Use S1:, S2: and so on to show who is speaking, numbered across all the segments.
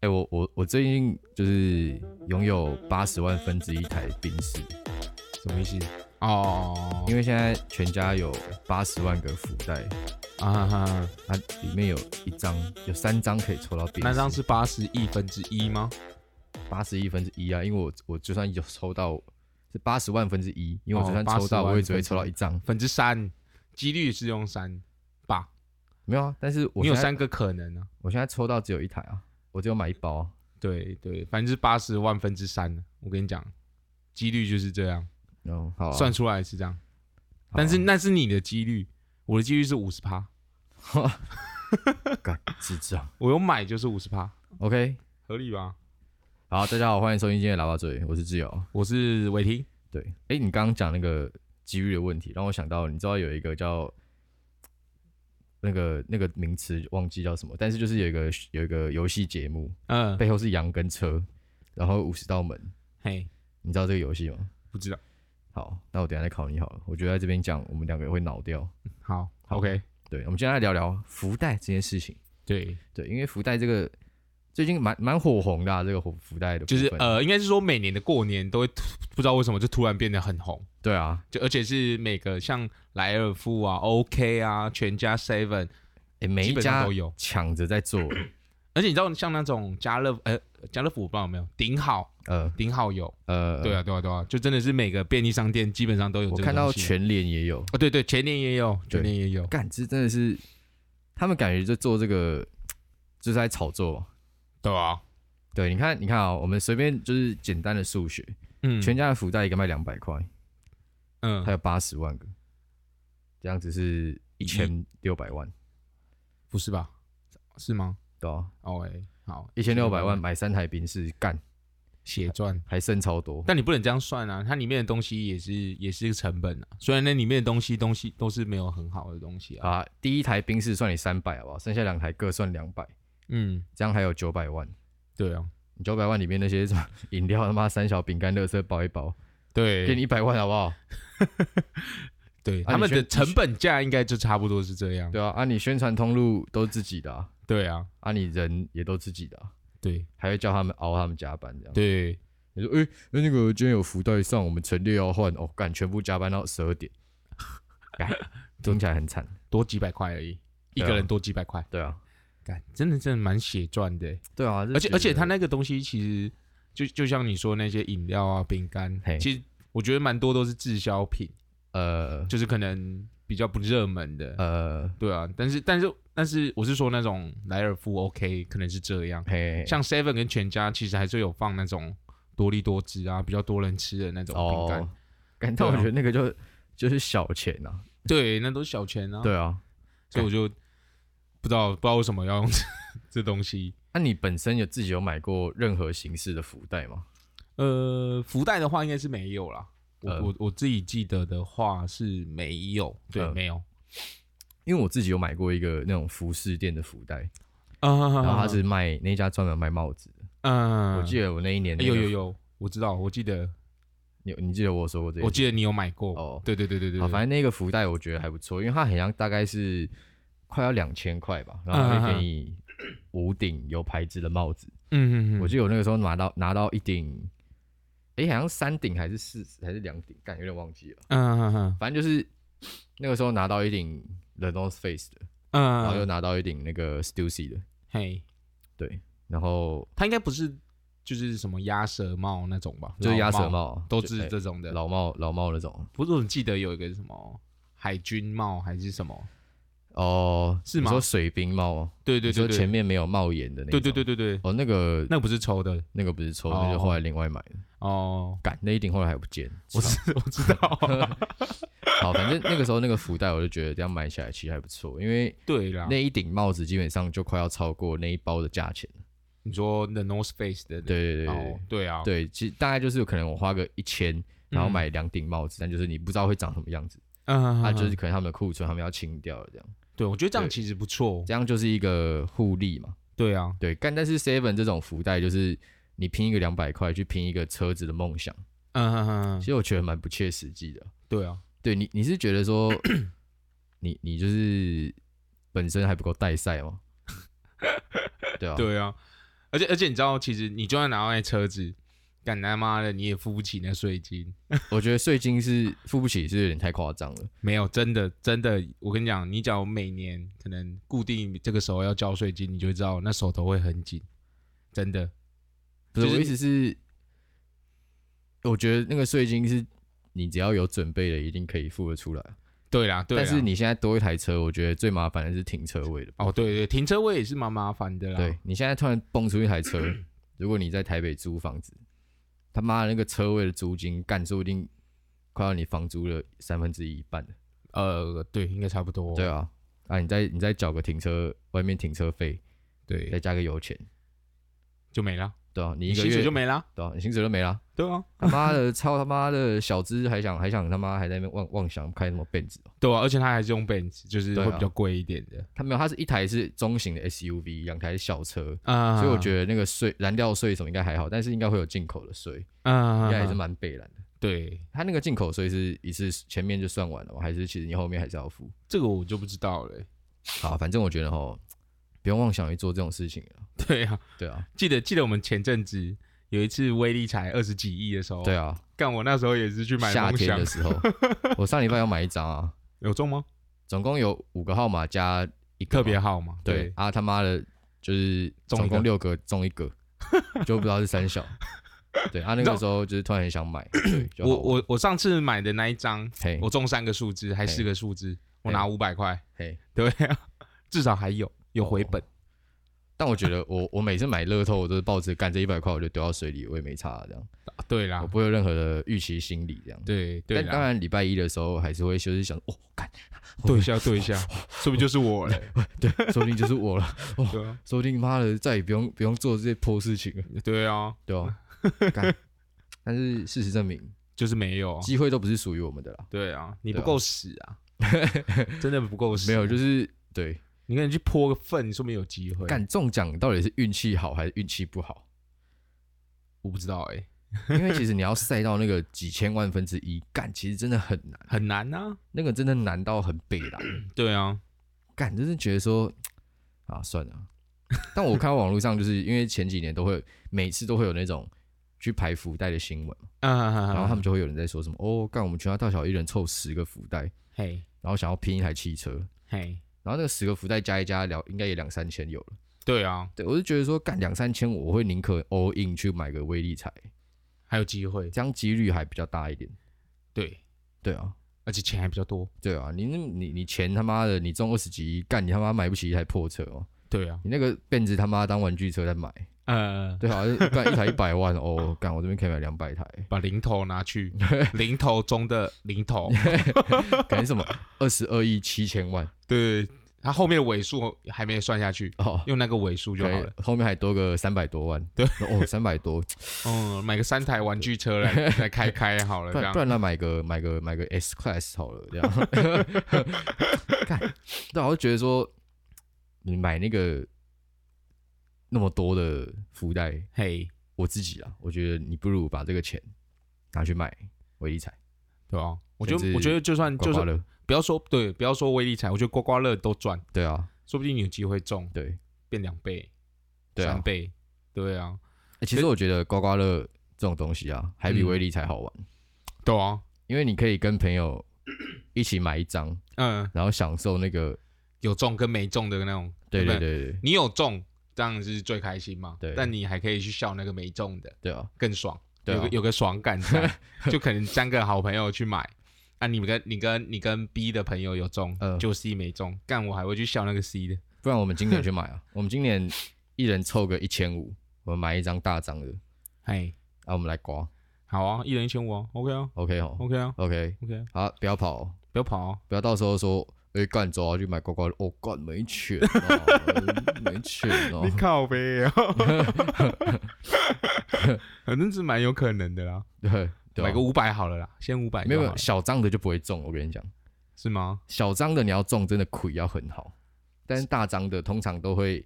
S1: 哎、我我我最近就是拥有八十万分之一台宾士，
S2: 什么意思？哦，
S1: 因为现在全家有八十万个福袋，
S2: 啊哈哈，
S1: 它里面有一张有三张可以抽到宾士，
S2: 那张是八十亿分之一吗？
S1: 八十一分之一啊，因为我我就算有抽到是八十万分之一，因为我
S2: 哦
S1: 就算抽
S2: 80
S1: 到，
S2: 万
S1: 我也只会抽到
S2: 分之
S1: 一张，
S2: 分之三，几率是用三吧？
S1: 没有啊。但是我
S2: 你有
S1: 现在
S2: 三个可能啊。
S1: 我现在抽到只有一台啊，我只有买一包、啊。
S2: 对对，反正是八十万分之三，我跟你讲，几率就是这样，
S1: 嗯，好啊、
S2: 算出来是这样。
S1: 好啊
S2: 但是那是你的几率，我的几率是五十趴，
S1: 干智障。
S2: 我有买就是五十趴，
S1: OK，
S2: 合理吧？
S1: 好，大家好，欢迎收听今天的喇叭嘴，我是志友。
S2: 我是伟霆，
S1: 对，哎、你刚刚讲那个机遇的问题，让我想到，你知道有一个叫那个那个名词忘记叫什么，但是就是有一个有一个游戏节目，
S2: 嗯，
S1: 背后是羊跟车，然后五十道门，
S2: 嘿，
S1: 你知道这个游戏吗？
S2: 不知道，
S1: 好，那我等一下再考你好了。我觉得在这边讲，我们两个会脑掉。
S2: 好
S1: 好
S2: ，OK，
S1: 对，我们今天来聊聊福袋这件事情。
S2: 对，
S1: 对，因为福袋这个最近蛮蛮火红的、啊，这个福福袋的部
S2: 就是
S1: 分
S2: 呃，应该是说每年的过年都会突不知道为什么就突然变得很红，
S1: 对啊，
S2: 就而且是每个像莱尔富啊、OK 啊、全家 Seven，
S1: 哎，每
S2: 基
S1: 一
S2: 本上
S1: 家
S2: 都有。
S1: 抢着在做，
S2: 而且你知道像那种家乐呃家乐福我不知道有没有，顶好
S1: 呃
S2: 顶好有，
S1: 呃，
S2: 对啊对啊对啊，就真的是每个便利商店基本上都有这
S1: 我
S2: 个
S1: 看到
S2: 东西
S1: 全联也有，
S2: 哦对对前年也有，
S1: 对
S2: 前年也有，
S1: 干这真的是他们感觉就做这个就是在炒作嘛。
S2: 对啊，
S1: 对，你看，你看啊、我们随便就是简单的数学，
S2: 嗯
S1: 全家的福袋一个卖两百块，
S2: 嗯
S1: 它有八十万个，这样子是一千六百万，
S2: 不是吧？是吗
S1: 对吧、啊？
S2: ？OK 好，
S1: 一千六百万买三台宾士，干
S2: 血赚。
S1: 还剩超多。
S2: 但你不能这样算啊，它里面的东西也是也是成本啊。虽然那里面的东西东西都是没有很好的东西啊，
S1: 啊，第一台宾士算你三百好不好？剩下两台各算两百，
S2: 嗯，
S1: 这样还有九百万。
S2: 对啊，
S1: 你九百万里面那些什么饮料他妈三小饼干、乐色包一包，给
S2: 对
S1: 你一百万好不好？
S2: 对，
S1: 啊
S2: 他们
S1: 你
S2: 的
S1: 宣
S2: 成本价应该就差不多是这样。
S1: 对啊，啊你宣传通路都自己的啊，
S2: 对啊，
S1: 啊你人也都自己的啊、
S2: 对
S1: 还会叫他们熬他们加班这样。
S2: 对，
S1: 你说哎、那那个今天有福袋上，我们陈列要换哦，干全部加班到十二点， 干听起来很惨。
S2: 多几百块而已，一
S1: 对啊
S2: 个人多几百块，
S1: 对啊，
S2: 干，真的真的蛮血赚的欸。
S1: 对啊，就
S2: 而且
S1: 觉得
S2: 而且他那个东西其实就就像你说那些饮料啊、饼干
S1: 嘿，
S2: 其实我觉得蛮多都是滞销品，
S1: 呃
S2: 就是可能比较不热门的。
S1: 呃
S2: 对啊，但是但是但是我是说那种莱尔富 OK 可能是这样，
S1: 嘿
S2: 像 Seven 跟全家其实还是有放那种多利多汁啊，比较多人吃的那种饼干。
S1: 哦，干但我
S2: 对啊
S1: 觉得那个就就是小钱呐、啊。
S2: 对，那都是小钱啊。，
S1: 对啊，
S2: 所以我就不知道不知道为什么要用这 这东西。
S1: 那、你本身有自己有买过任何形式的福袋吗？
S2: 呃，福袋的话应该是没有啦。我、
S1: 呃
S2: 我我自己记得的话是没有，对，
S1: 呃
S2: 没有。
S1: 因为我自己有买过一个那种服饰店的福袋，
S2: 啊，
S1: 然后它
S2: 然
S1: 是卖那一家专门卖帽子的。
S2: 嗯，
S1: 我记得我那一年、那
S2: 哎有
S1: 个
S2: 有有，我知道，我记得，
S1: 你你记得我有说过这个？
S2: 我记得你有买过。
S1: 哦
S2: 对对对对对
S1: 好，
S2: 对
S1: 反正那个福袋我觉得还不错，因为它好像大概是快要两千块吧，然后
S2: 嗯
S1: 它会
S2: 嗯
S1: 给你五顶有牌子的帽子。
S2: 嗯嗯嗯，
S1: 我记得我那个时候拿到拿到一顶，诶，好像三顶还是四还是两顶，干有点忘记了。
S2: 嗯嗯嗯
S1: 反正就是那个时候拿到一顶 The North Face 的，然后又
S2: 嗯，
S1: 拿到一顶那个 Stussy 的，
S2: 嘿，
S1: 对，然后
S2: 它应该不是就是什么鸭舌帽那种吧？
S1: 就是
S2: 老
S1: 鸭舌，帽啊，
S2: 都
S1: 就是诶
S2: 这种的。
S1: 老帽老帽那种。
S2: 不是，我记得有一个什么海军帽还是什么？
S1: 哦，
S2: 是
S1: 你
S2: 吗
S1: 说水兵帽哦，
S2: 对
S1: 你
S2: 对
S1: 说
S2: 对
S1: 前
S2: 对，
S1: 面没有帽檐的那
S2: 对
S1: 种，
S2: 对对对对，
S1: 哦，那个
S2: 那不是抽的
S1: 那个不是抽，那就后来另外买的。
S2: 哦。
S1: 干、那一顶后来还不见，
S2: 我
S1: 操
S2: 知 我知道，
S1: 好，反正那个时候那个福袋，我就觉得这样买起来其实还不错，因为
S2: 对啦，
S1: 那一顶帽子基本上就快要超过那一包的价钱了。
S2: 你说 The North Face 的那个，
S1: 对对对对、
S2: 哦，对啊，
S1: 对，其实大概就是可能我花个一千，然后买两顶帽子，但就是你不知道会长什么样子，
S2: 嗯，
S1: 啊，
S2: 嗯，
S1: 就是
S2: 嗯
S1: 可能他们的库存他们要清掉了，这样
S2: 对，我觉得这样
S1: 对
S2: 其实不错，
S1: 这样就是一个互利嘛。
S2: 对啊，
S1: 对，但但是 Seven 这种福袋就是你拼一个两百块去拼一个车子的梦想，
S2: 嗯嗯嗯
S1: 其
S2: 嗯，
S1: 实我觉得蛮不切实际的。
S2: 对啊，
S1: 对你，你是觉得说你你 就是本身还不够带赛吗？对啊，
S2: 对啊，而且而且你知道，其实你就算拿到那车子，干他妈的你也付不起那税金。
S1: 我觉得税金是付不起，是有点太夸张了。
S2: 没有，真的真的，我跟你讲，你假如每年可能固定这个时候要交税金，你就会知道那手头会很紧，真的。
S1: 不是、
S2: 就是
S1: 我意思是，我觉得那个税金是你只要有准备的，一定可以付得出来。
S2: 对啦，对啦。
S1: 但
S2: 啊
S1: 是你现在多一台车，我觉得最麻烦的是停车位的。
S2: 哦，啊对对，停车位也是蛮麻烦的啦。
S1: 对，你现在突然蹦出一台车，如果你在台北租房子，他妈的那个车位的租金干，说不定快要你房租的三分之一一半了。
S2: 呃，对，应该差不多。
S1: 对啊，啊，你再你再缴个停车外面停车费，再
S2: 对，
S1: 加个油钱，
S2: 就没了，
S1: 对啊，你
S2: 你
S1: 一个
S2: 薪水
S1: 月
S2: 就没了。
S1: 对啊，你薪水都没了。
S2: 对啊，
S1: 他妈的，操他妈的，小资还想还想他妈还在那边妄妄想开什么奔驰哦？
S2: 对啊，而且他还是用 Benz，就是
S1: 对啊
S2: 会比较贵一点的。
S1: 他没有，他是一台是中型的 SUV，两台是小车，
S2: 啊
S1: 所以我觉得那个税燃料税什么应该还好，但是应该会有进口的税，
S2: 得，啊
S1: 应该还是蛮北蓝的。
S2: 对，
S1: 他那个进口税是一次前面就算完了吗？还是其实你后面还是要付？
S2: 这个我就不知道了欸。
S1: 好，反正我觉得哈，不用妄想去做这种事情了。
S2: 对啊，
S1: 对啊，
S2: 记得记得我们前阵子有一次威力才二十几亿的时候，
S1: 对，啊，
S2: 干我那时候也是去买啊
S1: 夏
S2: 梦
S1: 天
S2: 想
S1: 的，时 候，我上礼拜要买一张啊，
S2: 有中吗？
S1: 总共有五个号码加一个
S2: 特
S1: 嘛
S2: 别号嘛，
S1: 对
S2: 对，
S1: 啊，他妈的，就是
S2: 中一个
S1: 总共六个中一 个，就不知道是三小。对，啊，那
S2: 你知道
S1: 个时候就是突然很想 买，对就好
S2: 我我我上次买的那一张，
S1: 嘿
S2: 我中三个数字
S1: 嘿
S2: 还四个数字，我拿五百块，
S1: 嘿，
S2: 对啊， 至少还有有回本，
S1: 但我觉得我我每次买乐透，我都是抱着干这一百块我就丢到水里，我也没差这样，
S2: 啊对
S1: 我
S2: 啦，
S1: 不会有任何的预期心理这样。
S2: 对对
S1: 哦但当
S2: 啦，
S1: 然，礼拜一的时候还是会休息，想哦，干，
S2: 对一下对 一下，说不定就是我了，
S1: 对，说不定就是我了，
S2: 对啊
S1: 说不定妈的再也不用不用做这些破事情了，
S2: 对啊，
S1: 对吧、 干，但是事实证明，
S2: 就是没有啊，
S1: 机会都不是属于我们的啦，
S2: 对啊，你
S1: 对
S2: 不
S1: 啊
S2: 够屎 啊，真的不够屎，
S1: 没有，就是对，
S2: 你可能去泼个粪，说明有机会，
S1: 干中奖到底是运气好还是运气不好？
S2: 我不知道哎，
S1: 因为其实你要赛到那个几千万分之一，干其实真的很难，
S2: 很难啊，
S1: 那个真的难到很北蓝。
S2: 对 啊，
S1: 干就是觉得说啊，算了。但我看到网络上，就是因为前几年都会每次都会有那种去排福袋的新闻，
S2: 啊，
S1: 然后他们就会有人在说什么哦，干我们全家大小一人凑十个福袋，
S2: 嘿
S1: 然后想要拼一台汽车，
S2: 嘿，
S1: 然后那个十个福袋加一加了，应该也两三千有了。
S2: 对啊，
S1: 对我就觉得说干两三千，我会宁可 all in 去买个威力彩，
S2: 还有机会，
S1: 这样几率还比较大一点。
S2: 对，
S1: 对啊，
S2: 而且钱还比较多，
S1: 对啊，你那你你钱他妈的，你中二十几亿，干你他妈买不起一台破车哦，
S2: 对啊，
S1: 你那个辫子他妈当玩具车在买，
S2: 呃，
S1: 对啊，干一台一百万哦， 干我这边可以买两百台，
S2: 把零头 拿去，零头中的零头，
S1: 感觉什么二十二亿七千万
S2: 对，它后面的尾数还没算下去，
S1: 哦，
S2: 用那个尾数就好了，
S1: 可以后面还多个三百多万，对，哦三百多，
S2: 嗯，买个三台玩具 车来来开开好了，
S1: 不
S2: 这
S1: 然
S2: 样
S1: 不，然那买个买个买个 S Class 好了，这样， 干，对啊，我就觉得说你买那个那么多的福袋，
S2: 嘿，
S1: 我自己啊，我觉得你不如把这个钱拿去买微利彩，
S2: 对啊，我觉
S1: 甚
S2: 得
S1: 至
S2: 我觉得就算
S1: 刮
S2: 就
S1: 刮
S2: 算
S1: 乐，
S2: 不要说对，不要说威力彩，我觉得刮刮乐都赚，
S1: 对啊，
S2: 说不定你有机会中
S1: 对
S2: 变两倍、
S1: 对啊
S2: 三，倍，对啊，
S1: 欸其实我觉得刮刮乐这种东西啊，还比
S2: 嗯
S1: 威力彩好玩，
S2: 对啊，
S1: 因为你可以跟朋友一起买一张，
S2: 嗯，
S1: 然后享受那个，
S2: 有中跟没中的那种，
S1: 对
S2: 不
S1: 对对对
S2: 你有中当然是最开心嘛，
S1: 对
S2: 但你还可以去笑那个没中的，
S1: 对啊，
S2: 更爽，
S1: 对啊
S2: 有个有个爽感在，就可能三个好朋友去买。啊，你们跟你跟你跟 B 的朋友有中，
S1: 嗯
S2: 就 C 没中，干我还会去笑那个 C 的，
S1: 不然我们今年去买啊， 我们今年一人凑个一千五，我们买一张大张的，
S2: 哎，
S1: 啊，我们来刮
S2: 好啊，一人一千五啊，OK 啊
S1: ，OK 哦
S2: ，OK 啊
S1: OK，
S2: ，OK 啊，
S1: 好，不要跑哦，
S2: 不要跑啊，
S1: 不要到时候说。哎，干走啊！去买刮刮乐，哦，干没钱、啊，没钱 哦、
S2: 靠背啊， 反正是蛮有可能的啦，
S1: 对对啊、
S2: 买个五百好了啦，先五百，
S1: 没有没有小张的就不会中，我跟你讲，
S2: 是吗？
S1: 小张的你要中真的亏要很好，但是大张的通常都会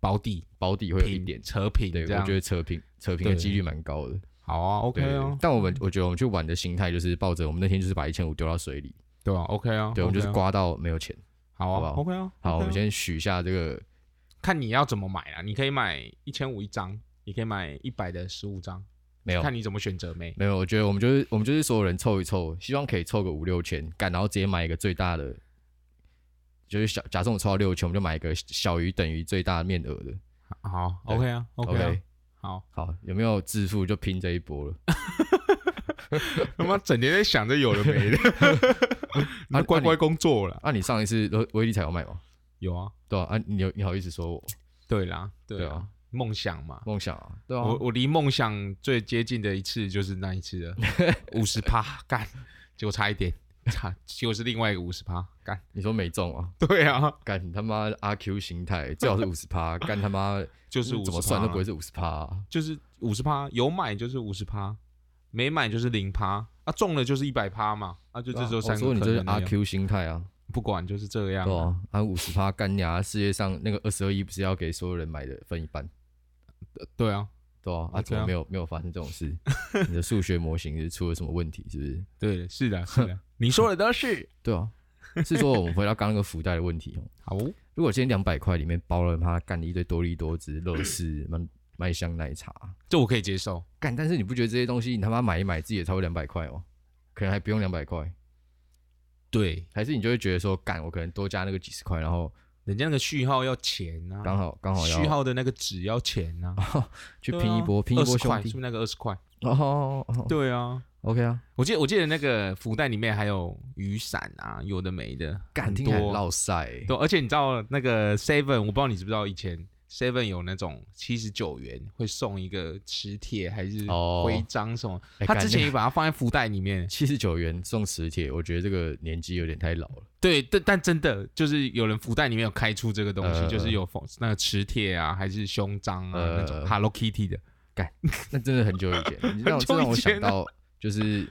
S2: 保底
S1: 保底会有一
S2: 平
S1: 点，
S2: 扯平
S1: 对
S2: 这
S1: 我
S2: 样
S1: 觉，得扯平扯平的
S2: 对
S1: 几率蛮高的。
S2: 好啊，OK
S1: 对对
S2: 啊
S1: 对，但我们我觉得我们去玩的心态就是抱着我们那天就是把一千五丢到水里，
S2: 对啊，OK 啊，
S1: 对，我们就是
S2: OK 啊
S1: 刮到没有钱。
S2: 好
S1: 好不
S2: 啊
S1: 好
S2: ，OK 啊，OK 啊
S1: 好，我们先许下这个
S2: 看你要怎么买啦。你可以买一千五一张，你可以买一百的十五张，
S1: 没有
S2: 看你怎么选择没。
S1: 没有，我觉得我们就是我们就是所有人凑一凑，希望可以凑个五六千，干，然后直接买一个最大的，就是小假设我凑到六千，我们就买一个小于等于最大面额的。
S2: 好
S1: 对
S2: ，OK 啊，OK 啊好，
S1: 好，有没有致富就拼这一波了？
S2: 他妈整天在想着有 的没的，
S1: 啊
S2: 那乖乖工作了。
S1: 啊，你上一次都威力彩有买吗？
S2: 有啊，
S1: 对啊，啊，你有你好意思说我
S2: 对啦，对
S1: 对
S2: 啊
S1: 啊，
S2: 梦想嘛。
S1: 梦想啊？对啊，
S2: 我我离梦想最接近的一次就是那 一次了，五十趴干，结果差一点，差结果是另外一个五十趴干。
S1: 你说没中啊？
S2: 对啊，
S1: 干你他妈阿 Q 形态，最好是五十趴，干他妈
S2: 就是五
S1: 嗯
S2: 啊
S1: 怎么算都不会是五十趴。啊
S2: 就是五十趴，有买就是五十趴，没买就是零趴，啊中了就是一百趴嘛，啊就这时候
S1: 我
S2: 三个
S1: 哦说你
S2: 可
S1: 这是
S2: 能而
S1: 阿
S2: 已啊
S1: Q 心态啊，
S2: 不管就是这样
S1: 对
S2: 啊、
S1: 啊，啊五十趴干你啊！世界上那个二十二亿不是要给所有人买的分一半？
S2: 对啊，
S1: 对啊，
S2: 对
S1: 啊怎么
S2: 啊
S1: 没有没有发生这种事？ 你的数学模型是出了什么问题？是不是？
S2: 对，是的，是 的，你说的都是
S1: 对啊，是说我们回到刚刚那个福袋的问题哦。
S2: 好哦，
S1: 如果今天两百块里面包了他干一堆多利多汁、乐事、 麦麦香奶茶，
S2: 这我可以接受，
S1: 干，但是你不觉得这些东西你他妈买一买自己也超过两百块哦？可能还不用两百块，
S2: 对，
S1: 还是你就会觉得说，干，我可能多加那个几十块，然后
S2: 人家那个序号要钱啊，
S1: 刚好刚好
S2: 序
S1: 要
S2: 号的那个纸要钱啊，
S1: 去
S2: 对
S1: 拼一
S2: 啊
S1: 波，拼一波
S2: 20
S1: 兄
S2: 块是
S1: 弟
S2: 不是。那个二十块？
S1: 哦哦哦哦
S2: 对啊，
S1: ，OK 啊，
S2: 我记得我记得那个福袋里面还有雨伞啊，有的没的，
S1: 干
S2: 很
S1: 听起来很
S2: 多
S1: 落塞欸，
S2: 对，而且你知道那个 Seven，我不知道你知不知道，以前 Seven 有那种七十九元会送一个磁铁还是
S1: 哦
S2: 徽章什么，
S1: 哎
S2: 他
S1: 干
S2: 之
S1: 那
S2: 前
S1: 个
S2: 也把它放在福袋里 面。
S1: 七十九元送磁铁，我觉得这个年纪有点太老了。
S2: 对，但但真的就是有人福袋里面有开出这个东西，
S1: 呃
S2: 就是有放那个磁铁啊，还是胸章啊、
S1: 呃
S2: 那种 Hello Kitty 的。
S1: 那真的很久以前，你让我
S2: 很久以前啊
S1: 这让我想到，就是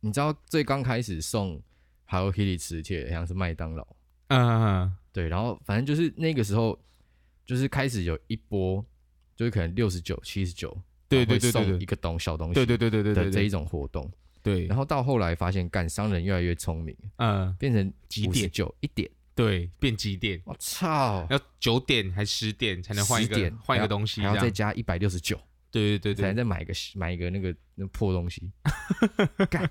S1: 你知道最刚开始送 Hello Kitty 磁铁，好像是麦当劳，
S2: 嗯，
S1: 对，然后反正就是那个时候，就是开始有一波，就是可能六十九、七十九，
S2: 对对对对
S1: 送
S2: 对
S1: 一个东小东西，
S2: 对对对对对
S1: 的
S2: 对
S1: 这一
S2: 对
S1: 种活动，
S2: 对，
S1: 然后到后来发现，干商人越来越聪明，
S2: 嗯，
S1: 变成
S2: 几
S1: 五十
S2: 点
S1: 九一点，
S2: 对，变几点？
S1: 我操，
S2: 要九点还十点才能换一
S1: 10
S2: 个
S1: 点
S2: 换一个东西，
S1: 还
S2: 这
S1: 要再
S2: 样。
S1: 加一百六十九，
S2: 对对对
S1: 才能
S2: 对，
S1: 再买一个买一个那个那破东西， 干，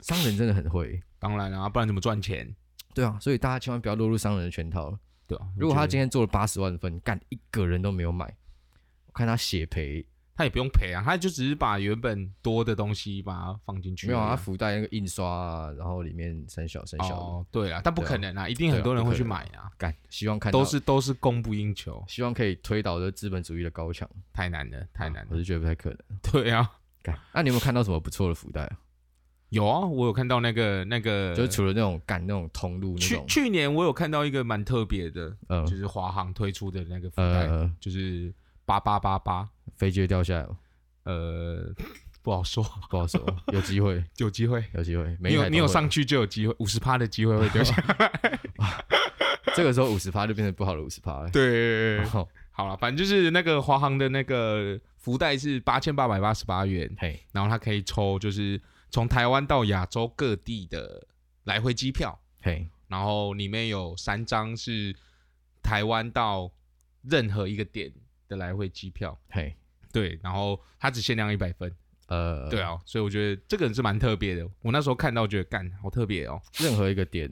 S1: 商人真的很会。
S2: 当然啊，不然怎么赚钱？
S1: 对啊，所以大家千万不要落入商人的圈套了。
S2: 对啊，
S1: 如果他
S2: 我觉得
S1: 今天做了八十万份，干一个人都没有买，我看他血赔。
S2: 他也不用赔啊，他就只是把原本多的东西把它放进去而
S1: 没
S2: 已
S1: 有
S2: 啊。
S1: 啊，他福袋那个印刷啊，然后里面三小三小的，
S2: 哦，对啊，但不可能啊，一定很多人会去买啊，
S1: 干、希望看到
S2: 都是都是供不应求，
S1: 希望可以推倒这资本主义的高墙，
S2: 太难了，太难
S1: 我
S2: 了。
S1: 是觉得不太可能。
S2: 对啊，
S1: 干，那、你有没有看到什么不错的福袋啊？
S2: 有啊，我有看到那个那个，
S1: 就是除了那种干那种通路那
S2: 呃去
S1: 种，
S2: 去年我有看到一个蛮特别的，
S1: 嗯
S2: 就是华航推出的那个福袋，
S1: 呃，
S2: 就是八八八八，
S1: 飞机会掉下来吗，
S2: 呃，不好说，
S1: 不好说，有机会，
S2: 有机会。
S1: 有机会。每
S2: 你
S1: 一
S2: 有
S1: 台
S2: 你
S1: 都
S2: 有
S1: 会
S2: 上去就有机会，五十趴的机会会掉下来。
S1: 这个时候五十趴就变成不好的五十趴了。
S2: 对对，对对
S1: 哦，
S2: 好了，反正就是那个华航的那个福袋是八千八百八十八元，
S1: 嘿，
S2: 然后他可以抽就是从台湾到亚洲各地的来回机票，
S1: 嘿，
S2: 然后里面有三张是台湾到任何一个点的来回机票，
S1: 嘿，
S2: 对，然后它只限量一百分，
S1: 呃，
S2: 对啊，所以我觉得这个是蛮特别的，我那时候看到觉得干好特别哦，
S1: 任何一个点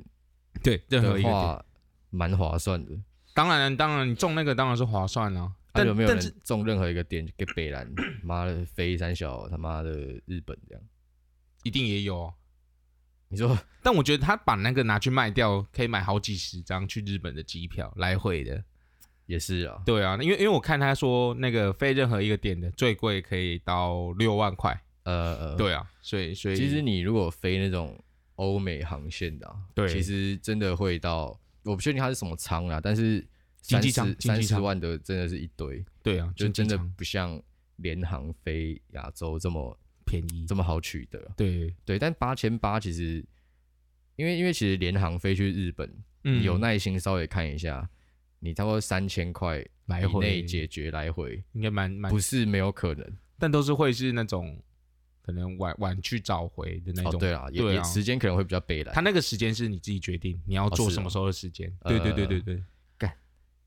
S2: 对，任何
S1: 的
S2: 一个点，
S1: 话，蛮划算的。
S2: 当然当然你中那个当然是划算啊啦、
S1: 但
S2: 但
S1: 有没有
S2: 但是
S1: 人中任何一个点就给北兰？妈的，飞三小他妈的日本这样？
S2: 一定也有哦、
S1: 你说
S2: 但我觉得他把那个拿去卖掉，可以买好几十张去日本的机票，来回的。
S1: 也是啊？
S2: 对啊，因为因为我看他说那个飞任何一个点的最贵可以到六万块。
S1: 呃呃，，
S2: 对啊，所以所以
S1: 其实你如果飞那种欧美航线的、啊，
S2: 对
S1: 其实真的会到，我不确定它是什么舱啊，但是
S2: 经
S1: 三
S2: 济
S1: 十
S2: 舱经
S1: 三
S2: 济
S1: 十
S2: 舱
S1: 万的真的是一堆，
S2: 对啊，
S1: 就真的
S2: 经济舱
S1: 不像联航飞亚洲这么
S2: 便宜。
S1: 这么好取得。
S2: 对，
S1: 对，但八千八其实，因为因为其实联航飞去日本，
S2: 嗯，
S1: 有耐心稍微看一下，你差不多三千块
S2: 来
S1: 以
S2: 回
S1: 内解决来回，
S2: 应该蛮蛮
S1: 不，是没有可能。
S2: 但都是会是那种可能晚晚去找回的那
S1: 哦，
S2: 种。
S1: 对啦，也
S2: 对
S1: 也
S2: 啊
S1: 时间可能会比较悲
S2: 他
S1: 蓝。
S2: 那个时间是你自己决定你要做
S1: 是
S2: 什么
S1: 哦
S2: 时候的时间。
S1: 呃
S2: 对对对对对，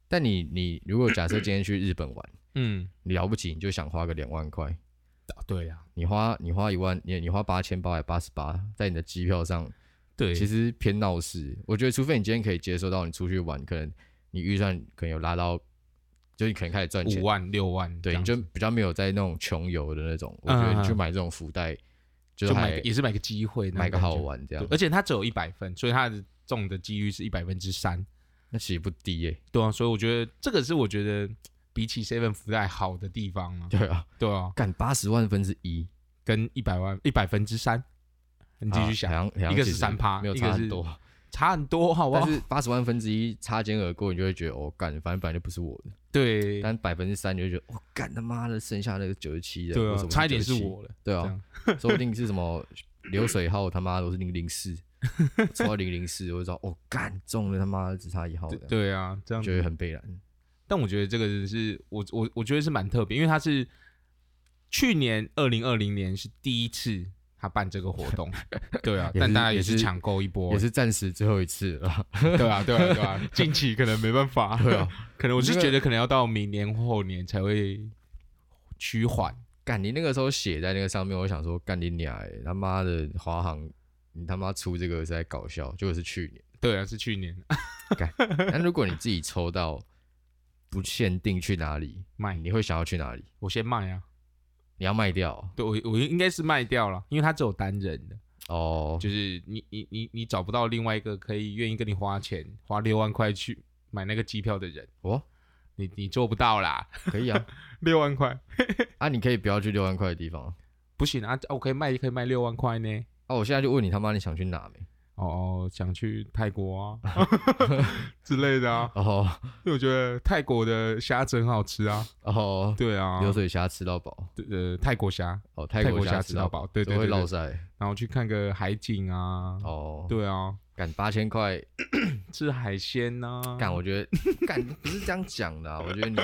S1: 但你你如果假设今天去日本玩，
S2: 嗯，
S1: 你了不起你就想花个两万块，
S2: 啊对呀，
S1: 你花你花一万，你你花八千八百八十八在你的机票上，
S2: 对，
S1: 其实偏闹事。我觉得，除非你今天可以接受到你出去玩，可能你预算可能有拉到，就是你可能开始赚钱
S2: 五，万六万这
S1: 对，
S2: 样
S1: 你
S2: 子，
S1: 就比较没有在那种穷游的那种。我觉得你去
S2: 嗯嗯嗯
S1: 买这种福袋，就
S2: 就买个
S1: 还
S2: 也是买个机会，
S1: 买个好。玩这样
S2: 对，，而且它只有一百分，所以它的中的几率是一百分之三。
S1: 那其实不低耶、
S2: 对啊，所以我觉得这个是我觉得比起 seven 福袋好的地方啊。
S1: 对啊，
S2: 对啊，
S1: 干八十万分之一，
S2: 跟一百万一百分之三，你继续想，
S1: 啊好像好像
S2: 一个是
S1: 其实
S2: 3%
S1: 没有
S2: 一个
S1: 差很
S2: 是
S1: 多，
S2: 差很多，好不
S1: 但
S2: 好？
S1: 是八十万分之一擦肩而过，你就会觉得哦，干，反正本来就不是我的。
S2: 对
S1: 但百分之三你就觉得，我、哦干他妈的，剩下那个九十七的，
S2: 对
S1: 为什
S2: 啊
S1: 么，
S2: 差一点是
S1: 97，
S2: 我了。
S1: 对
S2: 这
S1: 啊，说不定是什么流水号他妈都是零零四，抽到零零四，我就知道，哦，干中了他妈的只差一号
S2: 对
S1: 的，
S2: 对啊，这样
S1: 觉得很悲然。
S2: 但我觉得这个是我我我觉得是蛮特别，因为它是去年二零二零年是第一次他办这个活 动，对啊，
S1: 也是
S2: 但大家也
S1: 也
S2: 是
S1: 是
S2: 抢购一波
S1: 也，是暂时最后一次了，
S2: 对啊对啊对啊， 近期可能没办法，
S1: 对啊，
S2: 可能我是
S1: 你这个
S2: 觉得可能要到明年后年才会趋缓，
S1: 干你那个时候写在那个上面，我想说干你娘、欸，他妈的华航，你他妈出这个是在搞笑，结果是去年。
S2: 对啊，是去年
S1: 但如果你自己抽到，不限定去哪里，
S2: 卖，
S1: 你会想要去哪里？
S2: 我先卖啊，
S1: 你要卖掉哦
S2: 对我我应该是卖掉了，因为它只有单人的，
S1: 哦，
S2: 就是你你你你找不到另外一个可以愿意跟你花钱花六万块去买那个机票的人，
S1: 哦，
S2: 你你做不到啦，
S1: 可以啊，
S2: 六万块。
S1: 啊，你可以不要去六万块的地方啊。
S2: 不行啊，我可以卖，可以卖六万块呢。
S1: 啊，我现在就问你他妈你想去哪没？
S2: 哦，想去泰国啊 之类的啊，
S1: 哦
S2: 因为我觉得泰国的虾子很好吃啊。
S1: 哦，
S2: 对啊，
S1: 流水虾吃到饱，
S2: 对呃泰国虾，
S1: 哦，
S2: 泰
S1: 国
S2: 虾
S1: 吃
S2: 吃到
S1: 饱，
S2: 饱，对
S1: 都
S2: 对
S1: 会
S2: 对
S1: 落
S2: 对，
S1: 塞
S2: 然后去看个海景啊。
S1: 哦。
S2: 对嗯啊，
S1: 干八千块，
S2: 吃海鲜啊呐、
S1: 干我觉得干不是这样讲的啊，我觉得你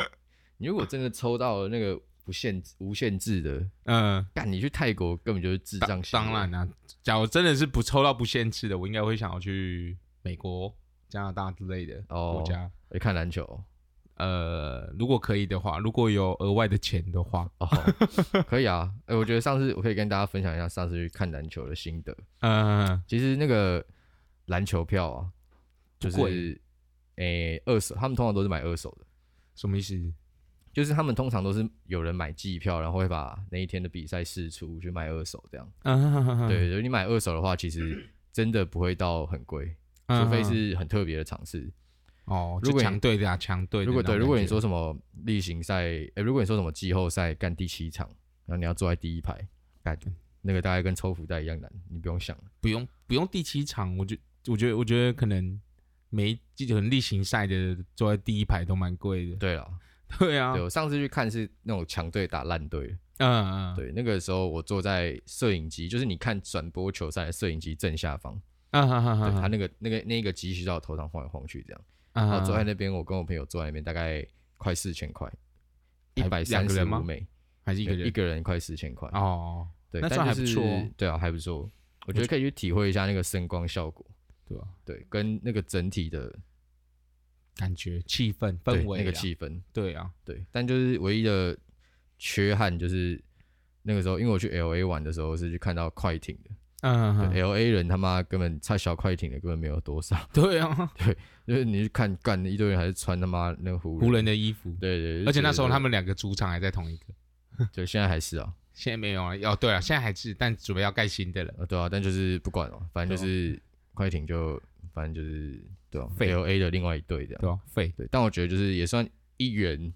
S1: 你如果真的抽到了那个不限无限制的，
S2: 嗯，
S1: 干你去泰国根本就是智障行为
S2: 当然啦、啊假如真的是不抽到不限制的，我应该会想要去美国、加拿大之类的
S1: 哦
S2: 国家。
S1: 去看篮球哦
S2: 呃，如果可以的话，如果有额外的钱的话，
S1: 哦，可以啊。哎、我觉得上次我可以跟大家分享一下上次去看篮球的心得。
S2: 嗯、
S1: 其实那个篮球票啊，就
S2: 不贵
S1: 是诶二手，他们通常都是买二手的，
S2: 什么意思？
S1: 就是他们通常都是有人买季票，然后会把那一天的比赛试出去卖二手这样。
S2: 嗯，
S1: 对，就是你买二手的话，其实真的不会到很贵，
S2: 嗯，
S1: 除非是很特别的场次。
S2: 哦，
S1: 如
S2: 就
S1: 果你
S2: 强队的啊，强队的
S1: 如果对，
S2: 那种
S1: 如果你
S2: 感觉
S1: 说什么例行赛，诶如果你说什么季后赛干第七场，然后你要坐在第一排，干那个大概跟抽福袋一样难，你不用想了。
S2: 不用不用第七场，我觉我觉得我觉得可能每一季可能例行赛的坐在第一排都蛮贵的。
S1: 对了，
S2: 对啊
S1: 对，我上次去看是那种强队打烂队，
S2: 嗯嗯，
S1: 对，那个时候我坐在摄影机，就是你看转播球赛的摄影机正下方，
S2: 嗯，哈哈
S1: 对他
S2: 哈，
S1: 那个那个那个机器在我头上晃来晃去这样。
S2: 嗯
S1: 然后坐在那边，我跟我朋友坐在那边，大概快四千块，一
S2: 还
S1: 百
S2: 两
S1: 三
S2: 个
S1: 十
S2: 人吗
S1: 五美，
S2: 还是一
S1: 一
S2: 个
S1: 一
S2: 人
S1: 个人快四千块。
S2: 哦，
S1: 对，
S2: 那
S1: 但
S2: 算还
S1: 就
S2: 不
S1: 是
S2: 错哦
S1: 对啊，还不错。我觉得可以去体会一下那个声光效果，
S2: 对啊吧？
S1: 对，跟那个整体的
S2: 感觉气氛
S1: 对
S2: 氛围
S1: 那个
S2: 啊，
S1: 气氛，
S2: 对啊，
S1: 对。但就是唯一的缺憾就是那个时候，因为我去 L A 玩的时候是去看到快艇的。
S2: 嗯，哈哈
S1: 对 L A 人他妈根本差小快艇的根本没有多少，
S2: 对啊，
S1: 就是你去看干一堆人还是穿他妈那个湖人，
S2: 湖人的衣服，
S1: 对对，
S2: 而且那时候他
S1: 们
S2: 们两个主场还在同一个。
S1: 对现在还是啊，
S2: 现在没有啊，哦，对啊，现在还是，但准备要盖新的了。
S1: 呃对啊，但就是不管哦，反正就是快艇就反正就是对啊
S2: 啊废
S1: ，L A 的另外一队这样，
S2: 对啊，废
S1: 对，但我觉得就是也算一元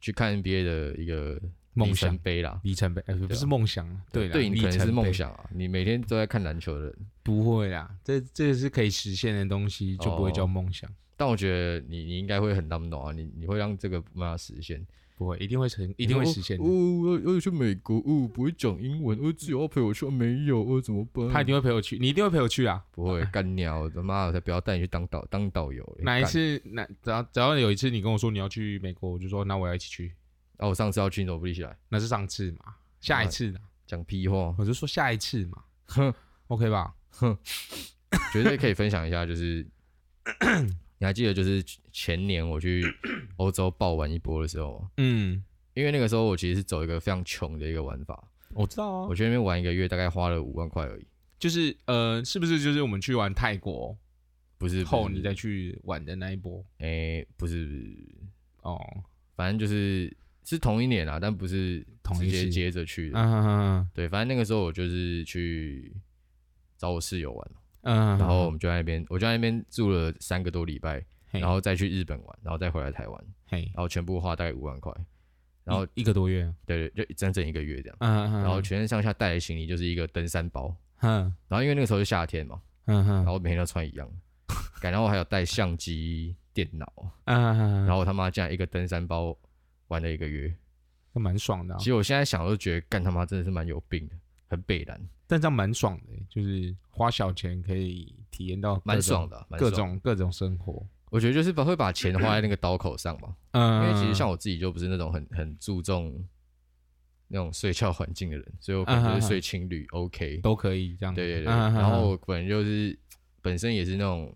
S1: 去看 N B A 的一个
S2: 梦
S1: 里程
S2: 想
S1: 杯啦。
S2: 里程碑，呃，不是梦想啊，对啦
S1: 对你可能
S2: 里
S1: 是
S2: 程碑
S1: 梦想啊，你每天都在看篮球的人，
S2: 不会啦，这这个是可以实现的东西，就不会叫梦想，
S1: 但我觉得你你应该会很难懂啊，你你会让这个慢慢实现。
S2: 不会，一定会成，一定会实现
S1: 哦，
S2: 的。
S1: 我要要去美国，哦，不会讲英文，哦，只有要陪我去，哦没有，哦，怎么办？
S2: 他一定会陪我去，你一定会陪我去啊！
S1: 不 会干鸟，他妈我才不要带你去当导当导游嘞。
S2: 哪一
S1: 干？
S2: 次，哪只要只要有一次你跟我说你要去美国，我就说那我要一起去，
S1: 啊，我上次要去，你怎么不一起来？
S2: 那是上次嘛，下一次啦，
S1: 讲屁话，
S2: 我就说下一次嘛
S1: 嗯哼，
S2: ，OK 吧？
S1: 绝对可以分享一下，就是 你还记得就是前年我去欧洲爆玩一波的时候吗？
S2: 嗯，
S1: 因为那个时候我其实是走一个非常穷的一个玩法，
S2: 我知道啊
S1: 我，去那边玩一个月大概花了五万块而已，
S2: 就是呃，是不是就是我们去玩泰国
S1: 不是
S2: 后
S1: 不是
S2: 你再去玩的那一波？
S1: 诶、不是不是，
S2: 哦，
S1: 反正就是是同一年啊，但不是
S2: 同
S1: 直
S2: 一
S1: 接
S2: 期
S1: 接着去的。
S2: 嗯
S1: 对，反正那个时候我就是去找我室友玩，
S2: 嗯，
S1: 然后我们就在那边，我就在那边住了三个多礼拜，
S2: 嘿
S1: 然后再去日本玩，然后再回来台湾，
S2: 嘿，
S1: 然后全部花大概五万块，然后
S2: 一一个多月啊，
S1: 对对，就整整一个月这样。
S2: 嗯嗯，嗯
S1: 然后全身上下带的行李就是一个登山包，
S2: 嗯
S1: 然后因为那个时候是夏天嘛，
S2: 嗯
S1: 然
S2: 嗯
S1: 后每天都穿一样的，感然后还有带相机、电脑，
S2: 嗯，
S1: 然
S2: 后
S1: 后我他妈竟然一个登山包玩了一个月。
S2: 蛮爽的啊
S1: 其，实我现在想都觉得干他妈真的是蛮有病的，很北蓝，
S2: 但这样蛮爽的欸，就是花小钱可以体验到
S1: 蛮
S2: 各种
S1: 爽的啊，蛮
S2: 各
S1: 爽的
S2: 种各种生活。
S1: 我觉得就是把会把钱花在那个刀口上 嘛，因
S2: 嗯
S1: 为其实像我自己就不是那种很很注重那种睡觉环境的人，所以我可
S2: 嗯
S1: 能就是睡青旅、OK，
S2: 都可以这样，
S1: 对对对，
S2: 嗯
S1: 然后
S2: 嗯嗯
S1: 我本人就是本身也是那种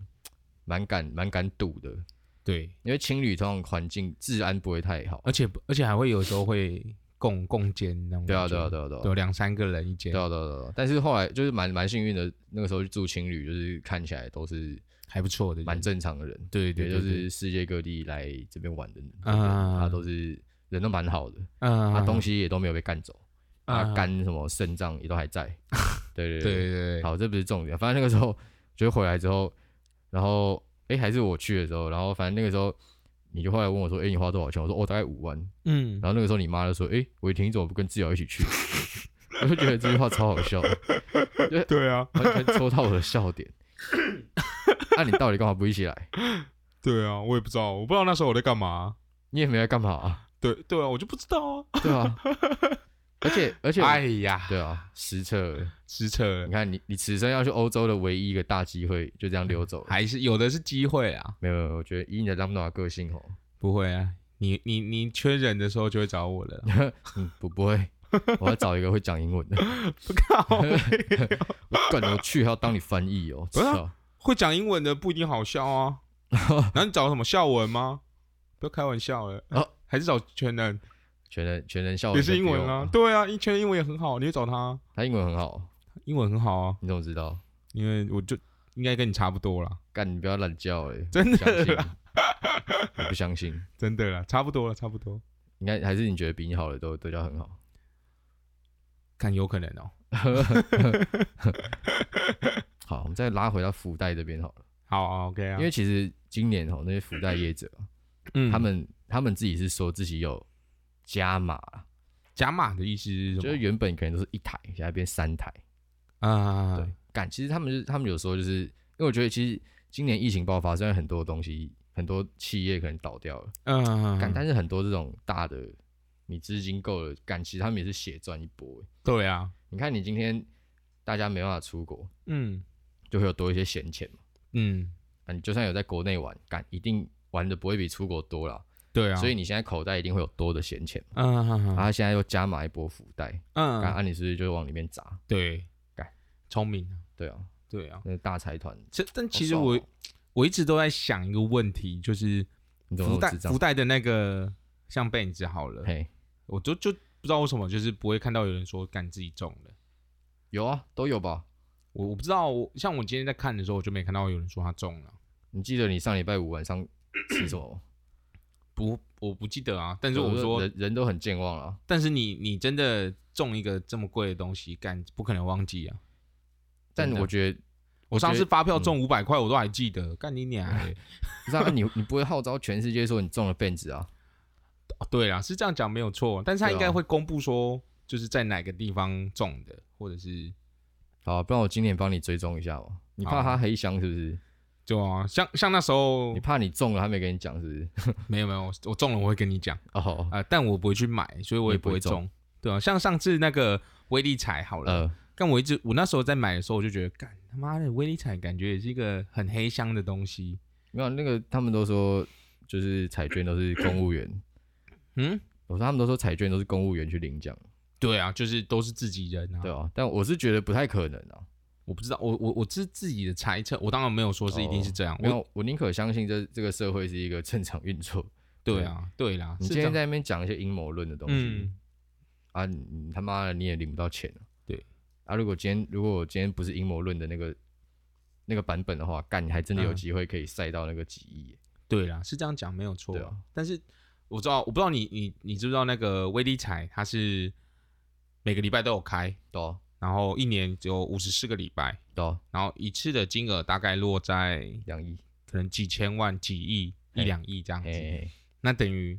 S1: 蛮敢蛮敢赌的，
S2: 对，
S1: 因为青旅通常环境治安不会太好，
S2: 而且不而且还会有时候会共共间那种
S1: 对啊
S2: 感觉，
S1: 对啊对啊对啊对
S2: 有
S1: 啊
S2: 两三个人一间
S1: 对，啊对啊对啊，但是后来就是蛮蛮幸运的，那个时候去住青旅，就是看起来都是
S2: 还不错的，
S1: 蛮正常的人，
S2: 对
S1: 也
S2: 对，
S1: 就
S2: 对
S1: 是
S2: 对
S1: 世界各地来这边玩的人，
S2: 嗯嗯嗯
S1: 他都是人都蛮好的。
S2: 嗯，
S1: 啊，
S2: 嗯
S1: 东西也都没有被干走，啊，
S2: 嗯
S1: 肝什么肾脏也都还 在。对对
S2: 对对对，对
S1: 好，这不是重点，反正那个时候就回来之后，然后哎、诶还是我去的时候，然后反正那个时候你就后来问我说，哎、你花多少钱？我说哦大概五万，
S2: 嗯，
S1: 然后那个时候你妈就说，哎、伟霆你怎么不跟志尧一起去？ 我就觉得这句话超好笑的，
S2: 对啊
S1: 完全戳到我的笑点。那、你到底干嘛不一起来？
S2: 对啊，我也不知道，我不知道那时候我在干嘛，
S1: 你也没来干嘛、啊？
S2: 对对啊，我就不知道啊，
S1: 对啊，而且而且我，
S2: 哎呀，
S1: 对啊，实测了。
S2: 失策
S1: 你
S2: 了，
S1: 看你，你此生要去欧洲的唯一一个大机会，就这样溜走了。
S2: 还是有的是机会啊，
S1: 没有，没有，我觉得以你的 Lambda 个性哦，
S2: 不会啊，你你你缺人的时候就会找我的 啦，
S1: 嗯，不不会，我要找一个会讲英文 的。
S2: 靠，哦
S1: 我干，我去还要当你翻译哦，
S2: 不是啊
S1: 操！
S2: 会讲英文的不一定好 笑啊。然后你找什么孝文吗？不要开玩笑了，
S1: 啊
S2: 还是找全能，
S1: 全能全能校
S2: 也是英文啊
S1: 啊。，
S2: 对啊，一全能英文也很好，你去找他，
S1: 他英文很好，
S2: 英文很好啊，
S1: 你怎么知道？
S2: 因为我就应该跟你差不多啦，
S1: 干，你不要懒觉哎，
S2: 真的
S1: 不相信，我不相信。
S2: 真的啦，差不多了，差不多，
S1: 应该还是你觉得比你好的都都叫很好。
S2: 看有可能哦。
S1: 好，我们再拉回到福袋这边好了，
S2: 好啊，OK 啊，
S1: 因为其实今年哦，那些福袋业者啊
S2: 嗯
S1: 他们他们自己是说自己有加码啊，
S2: 加码的意思是什么？
S1: 就是原本可能都是一台，现在变三台。
S2: 啊，
S1: 对，干，其实他们就是他们有时候就是，因为我觉得其实今年疫情爆发，虽然很多东西很多企业可能倒掉了，
S2: 嗯，
S1: 干、但是很多这种大的，你资金够了，干，其实他们也是血赚一波欸。
S2: 对啊，
S1: 你看你今天大家没办法出国，
S2: 嗯
S1: 就会有多一些闲钱嘛。
S2: 嗯，
S1: 啊，你就算有在国内玩，干一定玩的不会比出国多啦，
S2: 对啊，
S1: 所以你现在口袋一定会有多的闲钱嘛。
S2: 嗯嗯
S1: 啊，现在又加码一波福袋，
S2: 嗯
S1: 干，
S2: 嗯，
S1: 啊，你是不是就往里面砸？
S2: 对
S1: 干，
S2: 聪明啊，
S1: 对啊，
S2: 对啊，
S1: 那个大财团，
S2: 这但
S1: 好
S2: 其实
S1: 爽
S2: 我
S1: 哦
S2: 我一直都在想一个问题，就是
S1: 你怎么那
S2: 福
S1: 么
S2: 袋
S1: 智障
S2: 福？袋的那个像被子好了，
S1: 嘿，
S2: 我就就不知道为什么，就是不会看到有人说干自己中了。
S1: 有啊，都有吧？
S2: 我我不知道，我像我今天在看的时候，我就没看到有人说他中了，
S1: 你记得你上礼拜五晚上吃什 么吗？
S2: 不，我不记得啊。但是我说，
S1: 人人都很健忘了啊，
S2: 但是你你真的中一个这么贵的东西，干不可能忘记啊！
S1: 但
S2: 真的
S1: 我觉得
S2: 我上
S1: 觉
S2: 次
S1: 得嗯
S2: 发票中五百块，我都还记得，干你娘欸！
S1: 不是啊，你你不会号召全世界说你中了 Benz 啊？
S2: 哦对啦，是这样讲没有错，但是他
S1: 对啊
S2: 应该会公布说，就是在哪个地方中的，或者是
S1: 好啊，不然我今年帮你追踪一下哦。你怕
S2: 好啊
S1: 他黑箱是不是？
S2: 就啊，像像那时候
S1: 你怕你中了他没跟你讲是不是？
S2: 没有没有，我中了我会跟你讲
S1: 哦，
S2: 啊、呃但我不会去买，所以
S1: 你
S2: 我也
S1: 也不
S2: 不
S1: 会
S2: 会
S1: 中
S2: 中。对啊，像上次那个威力彩好了，
S1: 呃，
S2: 但我一直我那时候在买的时候，我就觉得，干他妈的威力彩感觉也是一个很黑箱的东西。
S1: 没有那个他们都说就是彩券都是公务员，
S2: 嗯，
S1: 我说他们都说彩券都是公务员去领奖，
S2: 对啊，就是都是自己人啊。
S1: 对啊，但我是觉得不太可能啊，
S2: 我不知道，我我我是自己的猜测，我当然没有说是一定是这样。
S1: 哦没
S2: 我
S1: 有，我宁可相信这这个社会是一个正常运作。
S2: 对啊，对啦，
S1: 你
S2: 是
S1: 今
S2: 这
S1: 天
S2: 样
S1: 在那边讲一些阴谋论的东西、
S2: 嗯，
S1: 啊，你你他妈的你也领不到钱啊。
S2: 对
S1: 啊，如果今天如果我今天不是阴谋论的那个那个版本的话，干你还真的有
S2: 嗯
S1: 机会可以赛到那个几亿耶。
S2: 对啦，是这样讲没有错
S1: 对啊。
S2: 但是我知道，我不知道你你你知不知道那个威力彩，它是每个礼拜都有开，
S1: 对啊
S2: 然后一年只有五十四个礼拜，
S1: 对啊，
S2: 然后一次的金额大概落在
S1: 两亿。
S2: 可能几千万、几亿、一
S1: 嘿
S2: 两亿这样子。
S1: 哎，
S2: 那等于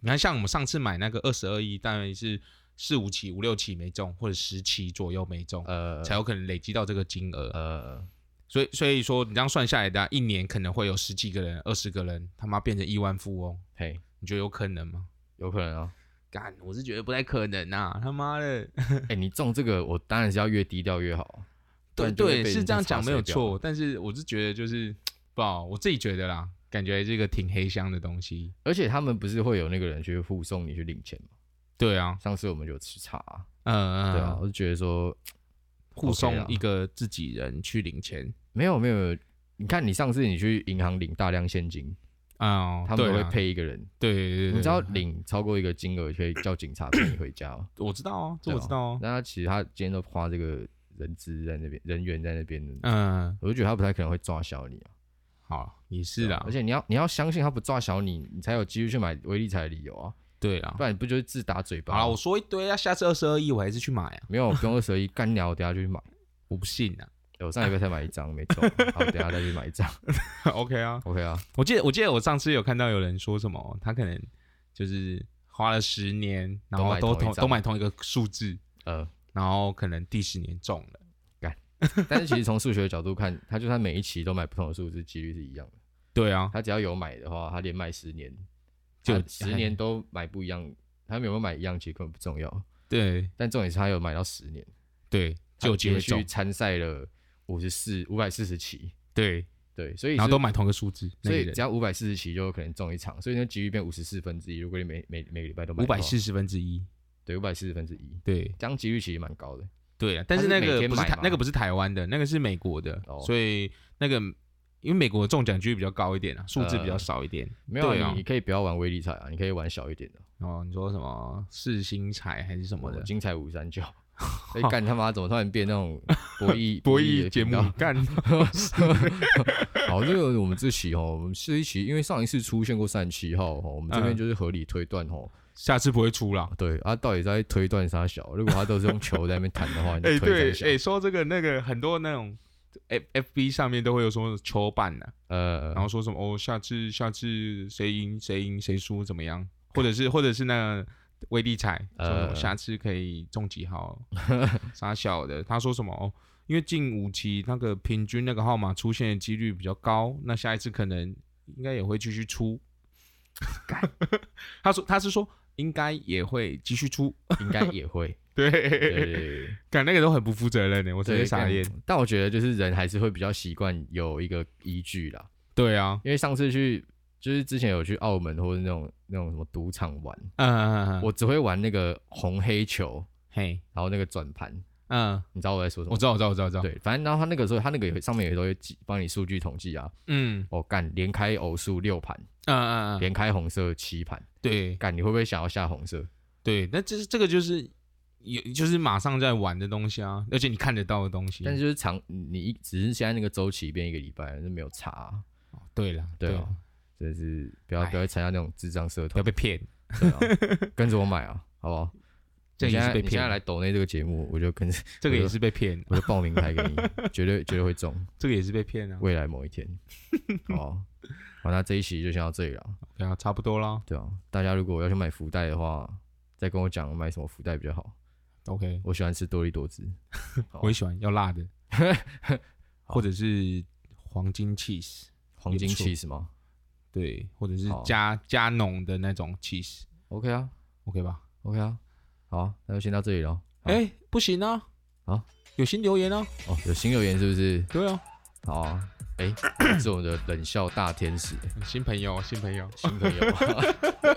S2: 你看，像我们上次买那个二十二亿，大概是四五期、五六期没中，或者十期左右没中，
S1: 呃
S2: 才有可能累积到这个金额。
S1: 呃，
S2: 所以，所以说你这样算下来，大家一年可能会有十几个人、二十个人，他妈变成亿万富翁，
S1: 嘿，
S2: 你觉得有可能吗？
S1: 有可能啊。
S2: 干，我是觉得不太可能啊！他妈 的，
S1: 哎、你中这个，我当然是要越低调越好啊。不
S2: 对
S1: 然就会
S2: 对，
S1: 被
S2: 是
S1: 人
S2: 这
S1: 家
S2: 样
S1: 查
S2: 讲没有
S1: 水表
S2: 错，但是我是觉得就是不好，我自己觉得啦，感觉这个挺黑箱的东西。
S1: 而且他们不是会有那个人去护送你去领钱吗？
S2: 对啊，
S1: 上次我们有吃茶啊、
S2: 嗯嗯，
S1: 对啊，我就觉得说
S2: 护
S1: OK
S2: 送
S1: 啦
S2: 一个自己人去领钱。
S1: 没有没有，你看你上次你去银行领大量现金，
S2: 啊、
S1: 他
S2: 对
S1: 们会
S2: 啦，
S1: 配一个人，
S2: 对对对对，
S1: 你知道领超过一个金额可以叫警察陪你回家 哦。
S2: 我知道啊，这
S1: 对
S2: 我
S1: 啊
S2: 知道啊，
S1: 那他其实他今天都花这个人资在那边，人员在那边，
S2: 嗯，
S1: 我就觉得他不太可能会抓小你啊。
S2: 好，也是啦
S1: 啊而，且你要你要相信他不抓小你，你才有机会去买威力彩的理由啊，
S2: 对啦
S1: 不，然你不就是自打嘴巴
S2: 好
S1: 吗？
S2: 啦，我说一堆啊，下次二十二亿我还是去买啊，
S1: 没有，不用二十一，干啊鸟，我等下就去 买。
S2: 我不信啊
S1: 欸我上礼拜才买一张，没中，好，等下再去买一张。
S2: ，OK 啊，
S1: OK 啊，
S2: 我记得我记得我上次有看到有人说什么，他可能就是花了十年，然后
S1: 都
S2: 都
S1: 买同一
S2: 同
S1: 张
S2: 都买同一个数字，
S1: 呃，
S2: 然后可能第十年中了，
S1: 但是其实从数学的角度看，他就算每一期都买不同的数字，几率是一样的。
S2: 对啊，
S1: 他只要有买的话，他连买十年，
S2: 就
S1: 就十年都买不一样。他们有没有买一样，其实根本不重要。
S2: 对
S1: 但重点是他有买到十年，
S2: 对，就有机
S1: 连
S2: 会
S1: 续
S2: 中，
S1: 参赛了五十四、五百四十期，
S2: 对，
S1: 对，所以
S2: 然后
S1: 是
S2: 都买同一个数字，
S1: 所以只要五百四十期就有可能中一场，所以那几率变五十四分之一。如果你每每每个礼拜都买
S2: 五
S1: 的话
S2: 百四十分之一，
S1: 对五百四十分之一，
S2: 对，
S1: 这样几率其实蛮高的。
S2: 对啊，但
S1: 它
S2: 是
S1: 是
S2: 那
S1: 每
S2: 个
S1: 天
S2: 不是
S1: 买
S2: 台
S1: 吗
S2: 那个不是台湾的，那个是美国的，
S1: 哦
S2: 所以那个因为美国的中奖几率比较高一点啊，数字比较
S1: 呃
S2: 少一点。
S1: 没有、
S2: 对
S1: 啊，
S2: 啊
S1: 你可以不要玩威力彩啊，你可以玩小一点的，
S2: 哦，你说什么四星彩还是什么
S1: 我
S2: 的
S1: 精彩五 三九。哦哎，干他妈怎么突然变那种博弈
S2: 博
S1: 的
S2: 弈节
S1: 频
S2: 目
S1: 道？
S2: 干？
S1: 好，这个我们这期哦，我们这一期因为上一次出现过三十七号哦，我们这
S2: 嗯
S1: 边就是合理推断哦，
S2: 下次不会出了。
S1: 对啊，到底在推断啥小？如果他都是用球在那边弹的话，你
S2: 哎，
S1: 就
S2: 对
S1: 推，三
S2: 哎，
S1: 小。
S2: 说这个那个很多那种 F F B 上面都会有说球板的，
S1: 呃
S2: 然，后说什么哦，下次下次谁赢谁赢谁输怎么样，或者是或者是那个威力彩，说什么
S1: 呃
S2: 下次可以中几 号，傻小的，他说什么哦，因为近五期那个平均那个号码出现的几率比较高，那下一次可能应该也会继续出。 他说他是说应该也会继续出，
S1: 应该也 会。对对
S2: 对，
S1: 对
S2: 感那个都很不负责任哎的，我直
S1: 对，
S2: 接傻眼。
S1: 但但我觉得就是人还是会比较习惯有一个依据啦，
S2: 对啊，
S1: 因为上次去就是之前有去澳门或者那种那种什么赌场玩，
S2: 嗯嗯嗯，嗯
S1: 我只会玩那个红黑球，
S2: 嘿，
S1: 然后那个转盘，
S2: 嗯，
S1: 你知道我在说什
S2: 我
S1: 么？
S2: 知道我知道我知道我知道，
S1: 对，反正然后他那个时候，他那个也会上面也都会记帮你数据统计啊。
S2: 嗯，
S1: 哦，干连开偶数六盘，
S2: 嗯嗯嗯嗯，
S1: 连开红色七盘，
S2: 对，
S1: 干你会不会想要下红色？
S2: 对，那这是这个就是有就是马上在玩的东西啊，而且你看得到的东西。
S1: 但是就是长你一只是现在那个周期变一个礼拜，那没有差、啊，
S2: 对了，
S1: 对
S2: 对
S1: 啊，真的是不要
S2: 哎
S1: 不要参加那种智障社
S2: 不要
S1: 团，
S2: 被骗，
S1: 对啊跟着我买啊，好不好？
S2: 这
S1: 你
S2: 也
S1: 现
S2: 是
S1: 在
S2: 被
S1: 你现在
S2: 骗
S1: 来
S2: 的，
S1: 抖内这个节目，我就跟着
S2: 这个
S1: 我
S2: 也
S1: 就是
S2: 被骗，
S1: 我就报名牌给你， 绝对绝对会中，
S2: 这个也是被骗啊。
S1: 未来某一天，好啊，好，那这一期就先到这里了。
S2: 对啊，差不多啦。
S1: 对啊，大家如果要去买福袋的话，再跟我讲买什么福袋比较好。
S2: OK，
S1: 我喜欢吃多利多汁，好
S2: 我也喜欢要辣 的，或者是黄金 cheese，
S1: 黄金
S2: 也不错
S1: cheese 吗
S2: 对，或者是
S1: 好
S2: 加加浓的那种 cheese，OK、
S1: ？OK 啊
S2: 吧？
S1: ，OK 啊，好啊，那就先到这里喽。好
S2: 哎、不行啊，
S1: 好，
S2: 有新留言啊，
S1: 哦，有新留言是不是？
S2: 对啊，
S1: 好啊，哎、 是我们的冷笑大天使欸
S2: 新朋友，新朋友，
S1: 新朋友，啊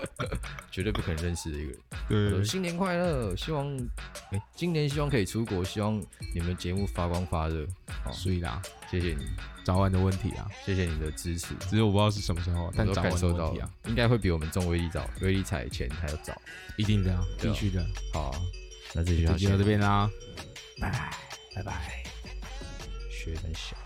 S1: 绝对不可能认识的一个人。他说新年快乐，希望哎、今年希望可以出国，希望你们节目发光发热。好，
S2: 所以啦，
S1: 谢谢你，
S2: 早晚的问题啊，
S1: 谢谢你的支持，
S2: 只是我不知道是什么时候，
S1: 我
S2: 但
S1: 都
S2: 早
S1: 感
S2: 晚的
S1: 受到
S2: 问题啊
S1: 了，，应该会比我们中威力早，威力彩前还要早。
S2: 一定的啊，
S1: 对
S2: 必
S1: 啊
S2: 须的。
S1: 好、啊，那这就
S2: 就
S1: 要
S2: 就到这边啦。
S1: 拜拜，学很小。